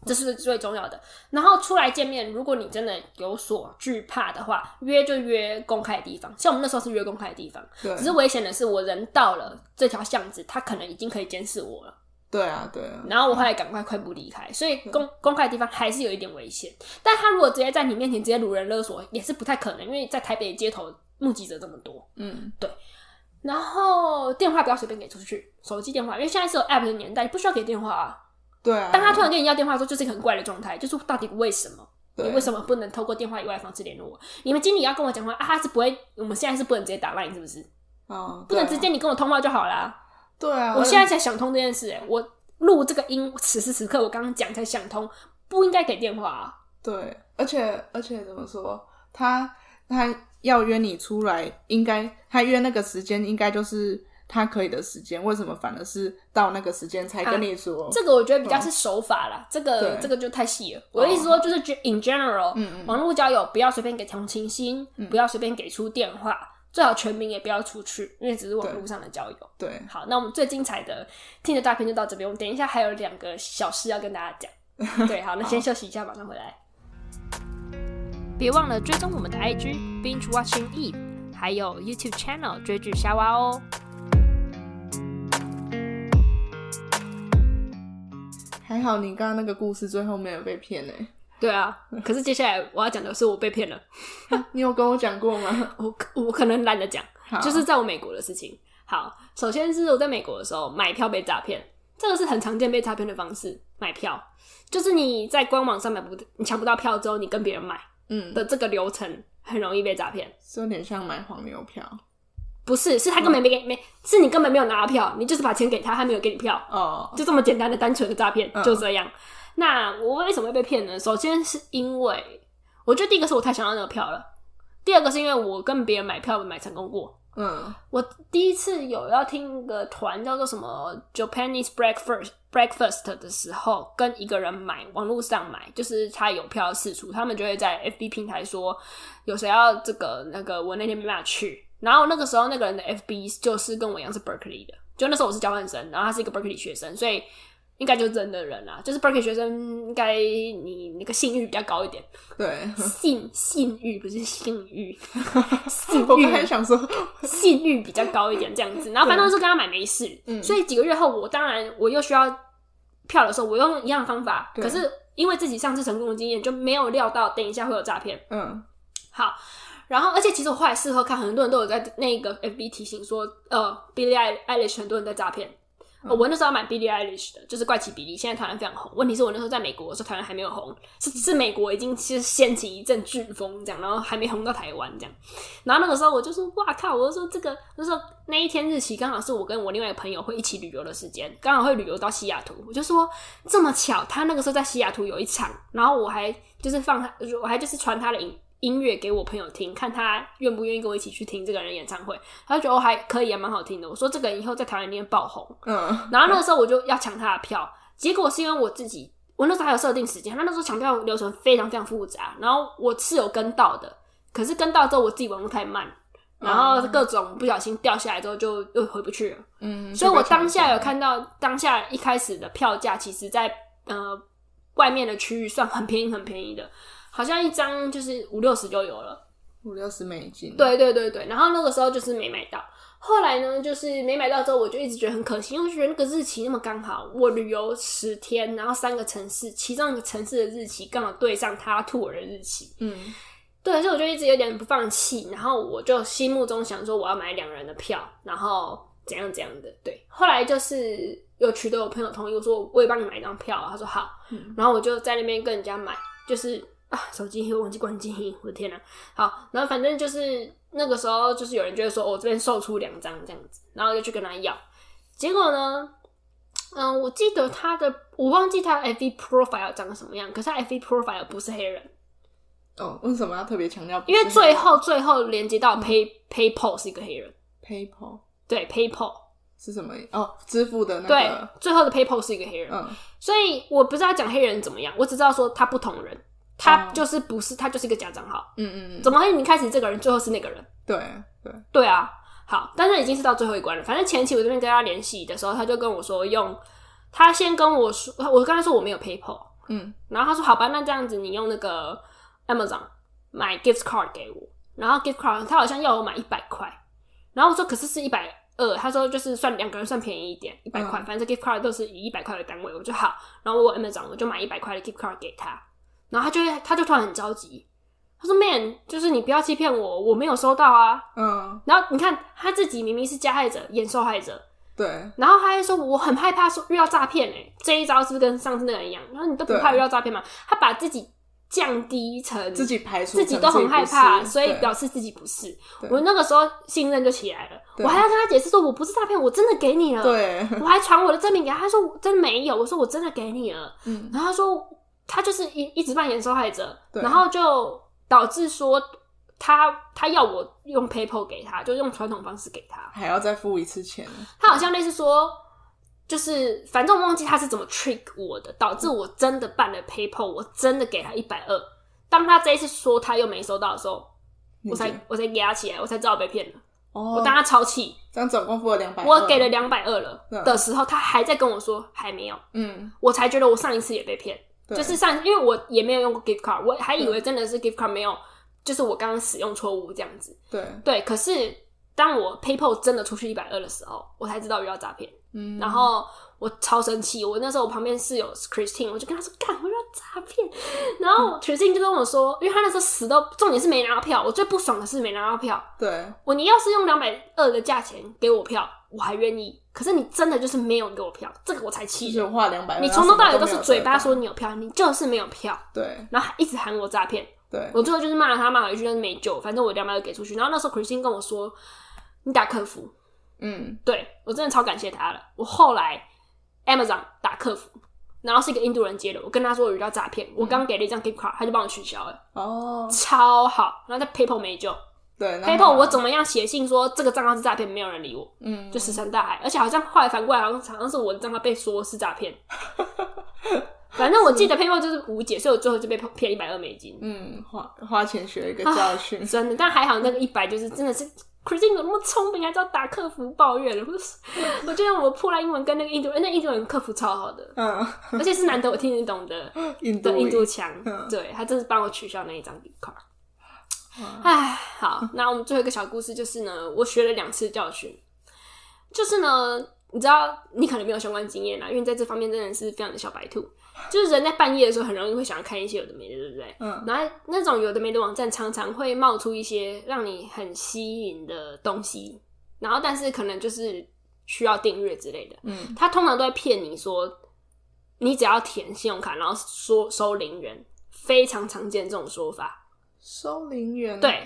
Speaker 1: 这是最重要的。然后出来见面，如果你真的有所惧怕的话，约就约公开的地方。像我们那时候是约公开的地方，
Speaker 2: 对，
Speaker 1: 只是危险的是，我人到了这条巷子，他可能已经可以监视我了。
Speaker 2: 对啊，对啊，
Speaker 1: 然后我后来赶快快步离开，所
Speaker 2: 嗯
Speaker 1: 以公公开的地方还是有一点危险。但他如果直接在你面前直接掳人勒索，也是不太可能，因为在台北街头目击者这么多。
Speaker 2: 嗯，
Speaker 1: 然后电话不要随便给出去，手机电话，因为现在是有 app 的年代，你不需要给电话啊。
Speaker 2: 对啊，
Speaker 1: 当他突然跟你要电话的时候，就是一个很怪的状态，就是到底为什么？
Speaker 2: 对
Speaker 1: 你为什么不能透过电话以外的方式联络我？你们经理要跟我讲话啊，他是不会，我们现在是不能直接打 line 是不是？
Speaker 2: 啊，
Speaker 1: 不
Speaker 2: 对啊
Speaker 1: 能直接你跟我通话就好啦。
Speaker 2: 对啊，
Speaker 1: 我现在才想通这件事、欸，我录这个音，此时此刻我刚刚讲才想通，不应该给电话啊。
Speaker 2: 对，而且而且怎么说，他他要约你出来，应该他约那个时间，应该就是他可以的时间，为什么反而是到那个时间才
Speaker 1: 啊
Speaker 2: 跟你说？
Speaker 1: 这个我觉得比较是手法啦，这个
Speaker 2: 哦嗯对哦
Speaker 1: 这个就太细了。我的意思说，就是 ge- in general，、
Speaker 2: 嗯嗯
Speaker 1: 网络交友不要随便给同情心，
Speaker 2: 嗯
Speaker 1: 不要随便给出电话，最好全名也不要出去，因为只是网络上的交友。
Speaker 2: 对，
Speaker 1: 好，那我们最精彩的听的大片就到这边，我们等一下还有两个小事要跟大家讲。对，好，那先休息一下，马上回来。别忘了追踪我们的 IG binge watching Eve，还有 YouTube channel 追剧夏娃哦。
Speaker 2: 还好你刚刚那个故事最后没有被骗欸呢、
Speaker 1: 对啊，可是接下来我要讲的是我被骗了，
Speaker 2: 你有跟我讲过吗？
Speaker 1: 我我可能懒得讲，*laughs*
Speaker 2: 好
Speaker 1: 就是在我美国的事情。好，首先是我在美国的时候买票被诈骗，这个是很常见被诈骗的方式。买票就是你在官网上买不，你抢不到票之后，你跟别人买
Speaker 2: 嗯，
Speaker 1: 的这个流程很容易被诈骗。
Speaker 2: 是有点像买黄牛票
Speaker 1: 不是，是他根本没给没，是你根本没有拿到票，你就是把钱给他，他没有给你票，
Speaker 2: 哦，
Speaker 1: 就这么简单的单纯的诈骗，
Speaker 2: 嗯
Speaker 1: 就这样。那我为什么会被骗呢？首先是因为，我觉得第一个是我太想要那个票了，第二个是因为我跟别人买票买成功过。
Speaker 2: 嗯
Speaker 1: 我第一次有要听一个团叫做什么 Japanese Breakfast Breakfast 的时候，跟一个人买，网络上买，就是他有票试出，他们就会在 FB 平台说有谁要这个那个，我那天没办法去。然后那个时候那个人的 FB 就是跟我一样是 Berkeley 的，就那时候我是交换生，然后他是一个 Berkeley 学生，所以应该就是真的人啊啦、就是 Berkeley 学生应该你那个性欲比较高一点，
Speaker 2: 对。
Speaker 1: 性 *laughs* 性欲不是性
Speaker 2: *laughs*
Speaker 1: 欲，性
Speaker 2: 我
Speaker 1: 欲
Speaker 2: 刚才想说，啊
Speaker 1: 信誉比较高一点这样子。然后反正就是跟他买没事，
Speaker 2: 嗯
Speaker 1: 所以几个月后，我当然我又需要票的时候，我又用一样的方法，
Speaker 2: 对啊
Speaker 1: 可是因为自己上次成功的经验，就没有料到等一下会有诈骗。
Speaker 2: 嗯
Speaker 1: 好，然后而且其实我后来事后看，很多人都有在那个 FB 提醒说，呃，Billie Eilish 很多人在诈骗。呃我那时候要买 Billie Eilish 的，就是怪奇比利，现在台湾非常红。问题是我那时候在美国的时候，台湾还没有红，是是美国已经是掀起一阵飓风这样，然后还没红到台湾这样。然后那个时候我就说，哇靠！我就说这个，那时候那一天日期刚好是我跟我另外一个朋友会一起旅游的时间，刚好会旅游到西雅图。我就说这么巧，他那个时候在西雅图有一场，然后我还就是放他，我还就是传他的音音乐给我朋友听，看他愿不愿意跟我一起去听这个人演唱会。他就觉得哦还可以啊，蛮好听的。我说这个人以后在台湾一定会爆红。
Speaker 2: 嗯
Speaker 1: 然后那个时候我就要抢他的票，结果是因为我自己，我那时候还有设定时间，他那时候抢票流程非常非常复杂，然后我是有跟到的，可是跟到之后我自己网络太慢，然后各种不小心掉下来之后就又回不去了，
Speaker 2: 嗯，
Speaker 1: 所以我当下有
Speaker 2: 看。
Speaker 1: 看到当下一开始的票价，其实在呃外面的区域算很便宜很便宜的，好像一张就是五六十就有了。
Speaker 2: 五六十美金。，
Speaker 1: 对对对对，然后那个时候就是没买到。后来呢，就是没买到之后，我就一直觉得很可惜，因为我觉得那个日期那么刚好，我旅游十天，然后三个城市，其中一个城市的日期刚好对上他 tour 的日期，
Speaker 2: 嗯
Speaker 1: 对，所以我就一直有点不放弃，然后我就心目中想说我要买两人的票，然后怎样怎样的，对。后来就是有取得我朋友同意，我说我也帮你买一张票啊，他说好，
Speaker 2: 嗯
Speaker 1: 然后我就在那边跟人家买，就是啊，手机又忘记关机，我的天呐、好，然后反正就是那个时候，就是有人就会说，我、这边售出两张这样子，然后就去跟他要，结果呢，嗯、我记得他的，我忘记他 FV profile 长得什么样，可是他 FV profile 不是黑人，
Speaker 2: 哦，为什么要特别强调不是
Speaker 1: 因为
Speaker 2: 黑人？
Speaker 1: 最后最后连接到 Pay、PayPal 是一个黑人，
Speaker 2: PayPal
Speaker 1: 对 PayPal，
Speaker 2: 是什么？哦，支付的那
Speaker 1: 对
Speaker 2: 个，，
Speaker 1: 最后的 PayPal 是一个黑人，
Speaker 2: 嗯
Speaker 1: 所以我不是要讲黑人怎么样，我只知道说他不同人，他
Speaker 2: 哦
Speaker 1: 就是不是他就是一个假账号。
Speaker 2: 嗯嗯，
Speaker 1: 怎么会你开始这个人，最后是那个人？
Speaker 2: 对对，
Speaker 1: 对啊，好，但是已经是到最后一关了。反正前期我这边跟他联系的时候，他就跟我说用，他先跟我说，我跟他说我没有 PayPal，
Speaker 2: 嗯
Speaker 1: 然后他说好吧，那这样子你用那个 Amazon 买 gift card 给我，然后 gift card 他好像要我买一百块，然后我说可是是一百二，他说就是算两个人算便宜一点，一百块，
Speaker 2: 嗯
Speaker 1: 反正 gift card 都是以一百块为单位，我就好，然后我有 Amazon 我就买一百块的 gift card 给他，然后他就会他就突然很着急，他说 man 就是你不要欺骗我，我没有收到啊，
Speaker 2: 嗯，
Speaker 1: 然后你看他自己明明是加害者演受害者，
Speaker 2: 对
Speaker 1: 然后他还说我很害怕说遇到诈骗哎、这一招是不是跟上次那个人一样？然后你都不怕
Speaker 2: 对啊
Speaker 1: 遇到诈骗吗？他把自己降低成
Speaker 2: 自己排除
Speaker 1: 自己都很害怕，
Speaker 2: 成自己不是
Speaker 1: 所以
Speaker 2: 对
Speaker 1: 表示自己不是。
Speaker 2: 对
Speaker 1: 我那个时候信任就起来了，
Speaker 2: 对
Speaker 1: 我还要跟他解释说我不是诈骗，我真的给你了。
Speaker 2: 对，
Speaker 1: 我还传我的证明给他，他说我真的没有，我说我真的给你了，
Speaker 2: 嗯
Speaker 1: 然后他说他就是一一直扮演受害者，
Speaker 2: 对
Speaker 1: 然后就导致说他他要我用 PayPal 给他，就用传统方式给他，
Speaker 2: 还要再付一次钱，
Speaker 1: 他好像类似说，就是反正我忘记他是怎么 trick 我的，导致我真的办了 PayPal，我真的给他一百二。当他这一次说他又没收到的时候，
Speaker 2: 你
Speaker 1: 我
Speaker 2: 觉得
Speaker 1: 才我才压起来，我才知道我被骗了。
Speaker 2: 哦，
Speaker 1: 我当他超气，
Speaker 2: 这样总共付了两百，
Speaker 1: 我给了两百二了
Speaker 2: 嗯
Speaker 1: 的时候，他还在跟我说还没有，
Speaker 2: 嗯
Speaker 1: 我才觉得我上一次也被骗。
Speaker 2: 对嗯
Speaker 1: 就是上，因为我也没有用过 gift card，我还以为真的是 gift card 没有，就是我刚刚使用错误这样子。
Speaker 2: 对，
Speaker 1: 对，可是当我 PayPal 真的出去一百二的时候，我才知道遇到诈骗，
Speaker 2: 嗯，
Speaker 1: 然后我超生气。我那时候我旁边室友 Christine，我就跟她说：“干，我遇到诈骗。”然后 Christine 就跟我说，因为她那时候死都，重点是没拿到票。我最不爽的是没拿到票。
Speaker 2: 对
Speaker 1: 我你要是用两百二的价钱给我票，我还愿意。可是你真的就是没有给我票，这个我才气
Speaker 2: 就
Speaker 1: 人。
Speaker 2: 是呃花两百，
Speaker 1: 你从头到尾都是嘴巴说你有票，你就是没有票，
Speaker 2: 对
Speaker 1: 然后还一直喊我诈骗。
Speaker 2: 对
Speaker 1: 我最后就是骂了他骂回去，但是没救，反正我两百二给出去。然后那时候 Christine 跟我说，你打客服，
Speaker 2: 嗯
Speaker 1: 对我真的超感谢他了。我后来 Amazon 打客服，然后是一个印度人接的，我跟他说我遇到诈骗，我刚给了一张 gift card，他就帮我取消了，
Speaker 2: 哦
Speaker 1: 超好。然后在 PayPal 没救
Speaker 2: 对然后
Speaker 1: ，PayPal 我怎么样写信说这个账号是诈骗，没有人理我，
Speaker 2: 嗯
Speaker 1: 就石沉大海。而且好像后来反过来，好像好像是我的账号被说是诈骗。反正我记得 PayPal 就是无解，所以我最后就被骗一百二美金。
Speaker 2: 嗯花花钱学一个教训，
Speaker 1: *laughs* 真的，但还好那个一百就是真的是 Christine 怎么那么聪明，还知道打客服抱怨了。我 *laughs* 就我就用我破烂英文跟那个印度人，那印度人客服超好
Speaker 2: *laughs*
Speaker 1: 的，
Speaker 2: 嗯，
Speaker 1: 而且是难得我听得懂的
Speaker 2: 印度
Speaker 1: 的印度
Speaker 2: 语
Speaker 1: 腔
Speaker 2: 嗯。
Speaker 1: 对他真是帮我取消那一张 gift card。
Speaker 2: 哇
Speaker 1: 唉，好，那我们最后一个小故事就是呢，我学了两次教训，就是呢，你知道你可能没有相关经验啦，因为在这方面真的是非常的小白兔。就是人在半夜的时候很容易会想要看一些有的没的，对不对？
Speaker 2: 嗯
Speaker 1: 然后那种有的没的网站常常会冒出一些让你很吸引的东西，然后但是可能就是需要订阅之类的。
Speaker 2: 嗯
Speaker 1: 他通常都会骗你说，你只要填信用卡，然后说收零元，非常常见这种说法。
Speaker 2: 收零元
Speaker 1: 对，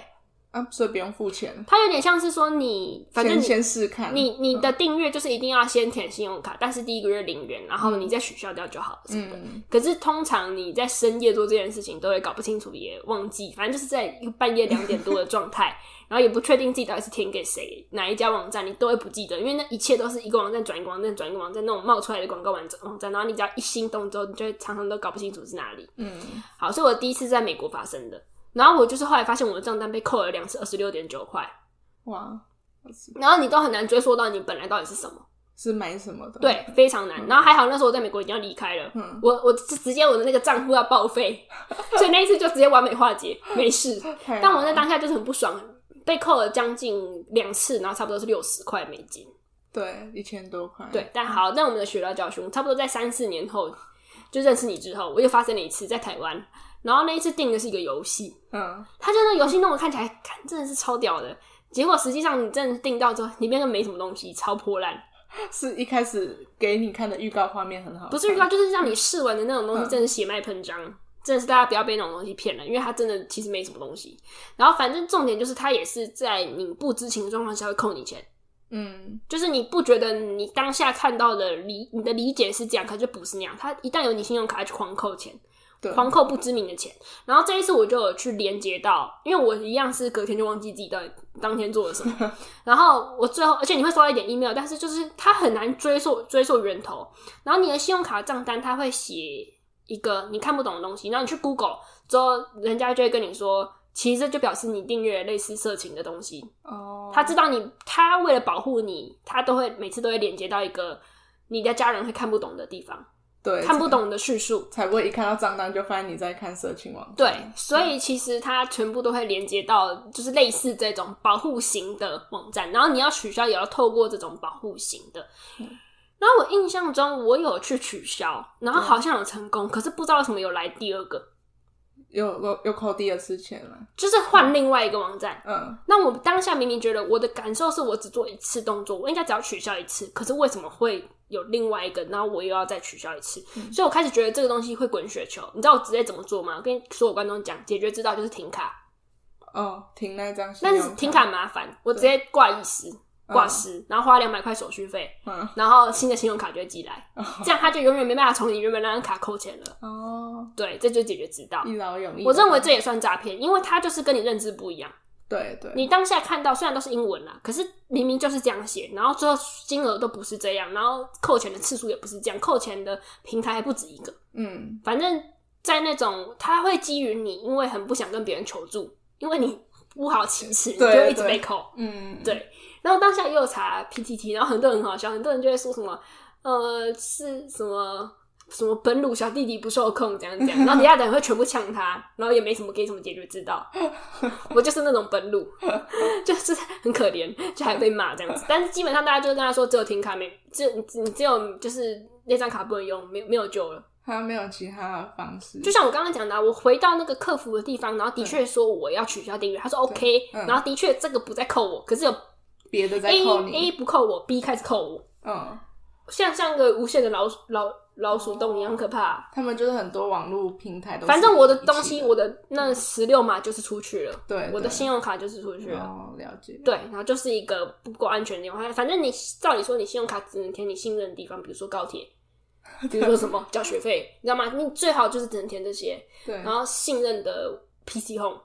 Speaker 2: 啊，所以不用付钱，
Speaker 1: 它有点像是说你，反正
Speaker 2: 先
Speaker 1: 你
Speaker 2: 先试看
Speaker 1: 你你的订阅就是一定要先填信用卡，但是第一个月零元，然后你再取消掉就好了。嗯。
Speaker 2: 嗯
Speaker 1: 可是通常你在深夜做这件事情，都会搞不清楚，也忘记，反正就是在一个半夜两点多的状态，然后也不确定自己到底是填给谁，哪一家网站，你都会不记得，因为那一切都是一个网站转一个网站转一个网站那种冒出来的广告网站网站，然后你只要一心动之后，你就会常常都搞不清楚是哪里。
Speaker 2: 嗯
Speaker 1: 好，所以我第一次是在美国发生的，然后我就是后来发现我的账单被扣了两次，二十六点九块，
Speaker 2: 哇
Speaker 1: 然后你都很难追溯到你本来到底是什么，
Speaker 2: 是买什么的
Speaker 1: 对，非常难。然后还好那时候我在美国已经要离开了，
Speaker 2: 嗯
Speaker 1: 我我直直接我的那个账户要报废，所以那一次就直接完美化解，没事。
Speaker 2: 太
Speaker 1: 但我
Speaker 2: 好
Speaker 1: 在
Speaker 2: 了
Speaker 1: 当下就是很不爽，被扣了将近两次，然后差不多是六十块美金。
Speaker 2: 对一千多块
Speaker 1: 对，但好，但我们的学到教训，差不多在三四年后就认识你之后，我又发生了一次在台湾，然后那一次订的是一个游戏，
Speaker 2: 嗯
Speaker 1: 他就那游戏弄得看起来，看真的是超屌的。结果实际上你真的订到之后，里面都没什么东西，超破烂。
Speaker 2: 是一开始给你看的预告画面很好看，
Speaker 1: 不是预告，就是让你试完的那种东西，
Speaker 2: 嗯
Speaker 1: 真的是血脉喷张。真的是大家不要被那种东西骗了，因为它真的其实没什么东西。然后反正重点就是，它也是在你不知情的状况下会扣你钱，
Speaker 2: 嗯
Speaker 1: 就是你不觉得你当下看到的理你的理解是这样，可就不是那样。它一旦有你信用卡，它就狂扣钱，
Speaker 2: 对
Speaker 1: 狂扣不知名的钱。然后这一次我就有去连接到，因为我一样是隔天就忘记自己到底当天做了什么。然后我最后，而且你会收到一点 email，但是就是它很难追溯追溯源头。然后你的信用卡账单它会写一个你看不懂的东西，然后你去 Google 之后，人家就会跟你说，其实这就表示你订阅类似色情的东西。
Speaker 2: 哦
Speaker 1: 他知道你，他为了保护你，他都会每次都会连接到一个你的家人会看不懂的地方，
Speaker 2: 对
Speaker 1: 看不懂的叙述。
Speaker 2: 才不会一看到账单就发现你在看色情网
Speaker 1: 对
Speaker 2: 站，
Speaker 1: 所以其实它全部都会连接到，就是类似这种保护型的网站，然后你要取消也要透过这种保护型的。然后我印象中我有去取消，然后好像有成功，可是不知道为什么有来第二个，
Speaker 2: 又又又扣第二次钱了，
Speaker 1: 就是换另外一个网站。
Speaker 2: 嗯
Speaker 1: 那我当下明明觉得我的感受是我只做一次动作，我应该只要取消一次，可是为什么会有另外一个，然后我又要再取消一次？所以我开始觉得这个东西会滚雪球。你知道我直接怎么做吗？我跟所有观众讲，解决之道就是停卡，
Speaker 2: 哦停那张信
Speaker 1: 但
Speaker 2: 用
Speaker 1: 是停卡很麻烦，我直接挂意思。挂失，然后花两百块手续费，
Speaker 2: 嗯
Speaker 1: 然后新的信用卡就会寄来，这样他就永远没办法从你原本那张卡扣钱了。
Speaker 2: 哦
Speaker 1: 对，这就是解决之道。
Speaker 2: 一劳永逸，
Speaker 1: 我认为这也算诈骗，因为他就是跟你认知不一样。
Speaker 2: 对对
Speaker 1: 你当下看到虽然都是英文啦，可是明明就是这样写，然后最后金额都不是这样，然后扣钱的次数也不是这样，扣钱的平台还不止一个。
Speaker 2: 嗯
Speaker 1: 反正，在那种他会基于你，因为很不想跟别人求助，因为你不好启齿，你就
Speaker 2: 对
Speaker 1: 会一直
Speaker 2: 对
Speaker 1: 被扣。
Speaker 2: 嗯
Speaker 1: 对然后当下也有查 PTT，然后很多人很好笑，很多人就会说什么，呃，是什么什么本鲁小弟弟不受控，怎样怎样，然后底下的人会全部呛他，然后也没什么给什么解决之道。我就是那种本鲁， *laughs* 就是很可怜，就还被骂这样子。但是基本上大家就跟他说，只有停卡没，只有你只有就是那张卡不能用，没有没有救了。
Speaker 2: 他没有其他的方式，
Speaker 1: 就像我刚刚讲的啊、我回到那个客服的地方，然后的确说我要取消订阅，他说 OK，、
Speaker 2: 嗯
Speaker 1: 然后的确这个不再扣我，可是有
Speaker 2: 别的在
Speaker 1: A
Speaker 2: 扣
Speaker 1: A
Speaker 2: 你。
Speaker 1: 不扣我，B 开始扣我，
Speaker 2: 嗯，
Speaker 1: 像像个无限的老鼠老老鼠洞一样可怕。
Speaker 2: 他们就是很多网络平哦台都是
Speaker 1: 反正我的
Speaker 2: 一起
Speaker 1: 东西，我的那十六码就是出去了，
Speaker 2: 对
Speaker 1: 我的
Speaker 2: 对
Speaker 1: 信用卡就是出去了。
Speaker 2: 哦了解。
Speaker 1: 对，然后就是一个不够安全的地方。反正你照理说，你信用卡只能填你信任的地方，比如说高铁，比如说
Speaker 2: *laughs*
Speaker 1: 什么交学费，你知道吗？你最好就是只能填这些，
Speaker 2: 对
Speaker 1: 然，后信任的 PC Home，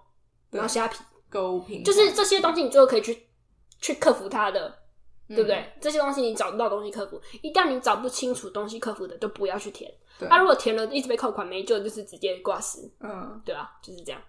Speaker 2: 对
Speaker 1: 然后虾皮，
Speaker 2: 购物平台
Speaker 1: 就是这些东西，你最后可以去去克服它的，
Speaker 2: 嗯
Speaker 1: 对不对？这些东西你找不到东西克服，一旦你找不清楚东西克服的，就不要去填。
Speaker 2: 对
Speaker 1: 啊，如果填了一直被扣款没救，就是直接挂失。
Speaker 2: 嗯， *laughs*
Speaker 1: 对啊，就是这样。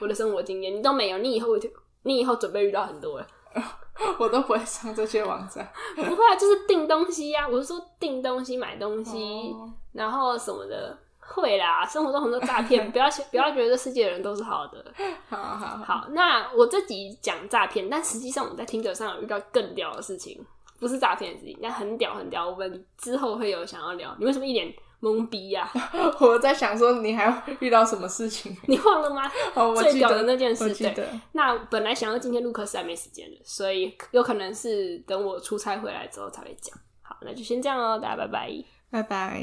Speaker 1: 我的生活经验你都没有，你以后会你以后准备遇到很多了。 *laughs*
Speaker 2: 我都不会上这些网站。
Speaker 1: 不会啊，就是订东西呀、我是说订东西、买东西，
Speaker 2: 哦
Speaker 1: 然后什么的，会啦。生活中很多诈骗，
Speaker 2: *laughs*
Speaker 1: 不要去不要觉得这世界的人都是好的。
Speaker 2: 好好好，
Speaker 1: 好，那我这集讲诈骗，但实际上我在听者上有遇到更屌的事情，不是诈骗的事情，但很屌很屌。我们之后会有想要聊。你为什么一脸懵逼呀、 *laughs*
Speaker 2: 我在想说你还会遇到什么事情？
Speaker 1: 你忘了吗？
Speaker 2: 哦，我
Speaker 1: 最
Speaker 2: 记
Speaker 1: 屌
Speaker 2: 得
Speaker 1: 的那件
Speaker 2: 我
Speaker 1: 事，
Speaker 2: 记
Speaker 1: 对，
Speaker 2: 得，
Speaker 1: 那本来想要今天录，可是还没时间了，所以有可能是等我出差回来之后才会讲。好，那就先这样哦，大家拜拜。
Speaker 2: 拜拜。